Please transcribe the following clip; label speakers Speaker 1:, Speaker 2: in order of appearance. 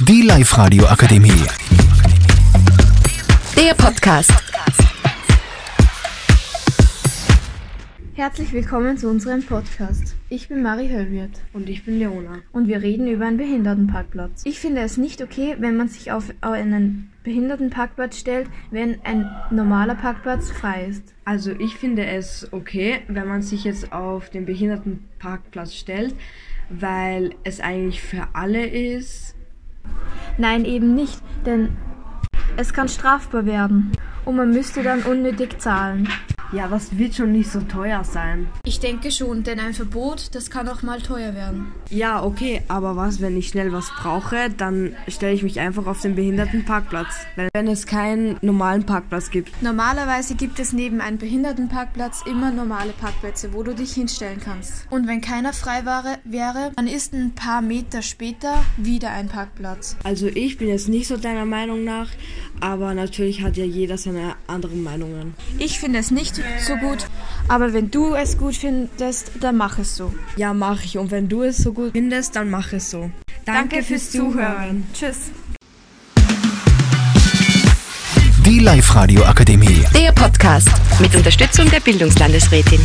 Speaker 1: Die Live-Radio Akademie.
Speaker 2: Der Podcast.
Speaker 3: Herzlich willkommen zu unserem Podcast. Ich bin Mari Höllwirth
Speaker 4: Und ich bin Leona.
Speaker 3: und wir reden über einen Behindertenparkplatz. Ich finde es nicht okay, wenn man sich auf einen Behindertenparkplatz stellt, wenn ein normaler Parkplatz frei ist.
Speaker 4: Also ich finde es okay, wenn man sich jetzt auf den Behindertenparkplatz stellt, weil es eigentlich für alle ist.
Speaker 3: Nein, eben nicht, denn es kann strafbar werden und man müsste dann unnötig zahlen.
Speaker 4: Ja, das wird schon nicht so teuer sein.
Speaker 5: Ich denke schon, denn ein Verbot, das kann auch mal teuer werden.
Speaker 4: Ja, okay, aber was, wenn ich schnell was brauche, dann stelle ich mich einfach auf den Behindertenparkplatz. Wenn, wenn es keinen normalen Parkplatz gibt.
Speaker 5: Normalerweise gibt es neben einem Behindertenparkplatz immer normale Parkplätze, wo du dich hinstellen kannst. Und wenn keiner frei war, wäre, dann ist ein paar Meter später wieder ein Parkplatz.
Speaker 4: Also ich bin jetzt nicht so deiner Meinung nach, aber natürlich hat ja jeder seine anderen Meinungen.
Speaker 5: Ich finde es nicht so gut, aber wenn du es gut findest, dann mach es so.
Speaker 4: Ja, mach ich. Und wenn du es so gut findest, dann mach es so. Danke, fürs Zuhören.
Speaker 3: Tschüss.
Speaker 1: Die Live-Radio Akademie.
Speaker 2: Der Podcast mit Unterstützung der Bildungslandesrätin.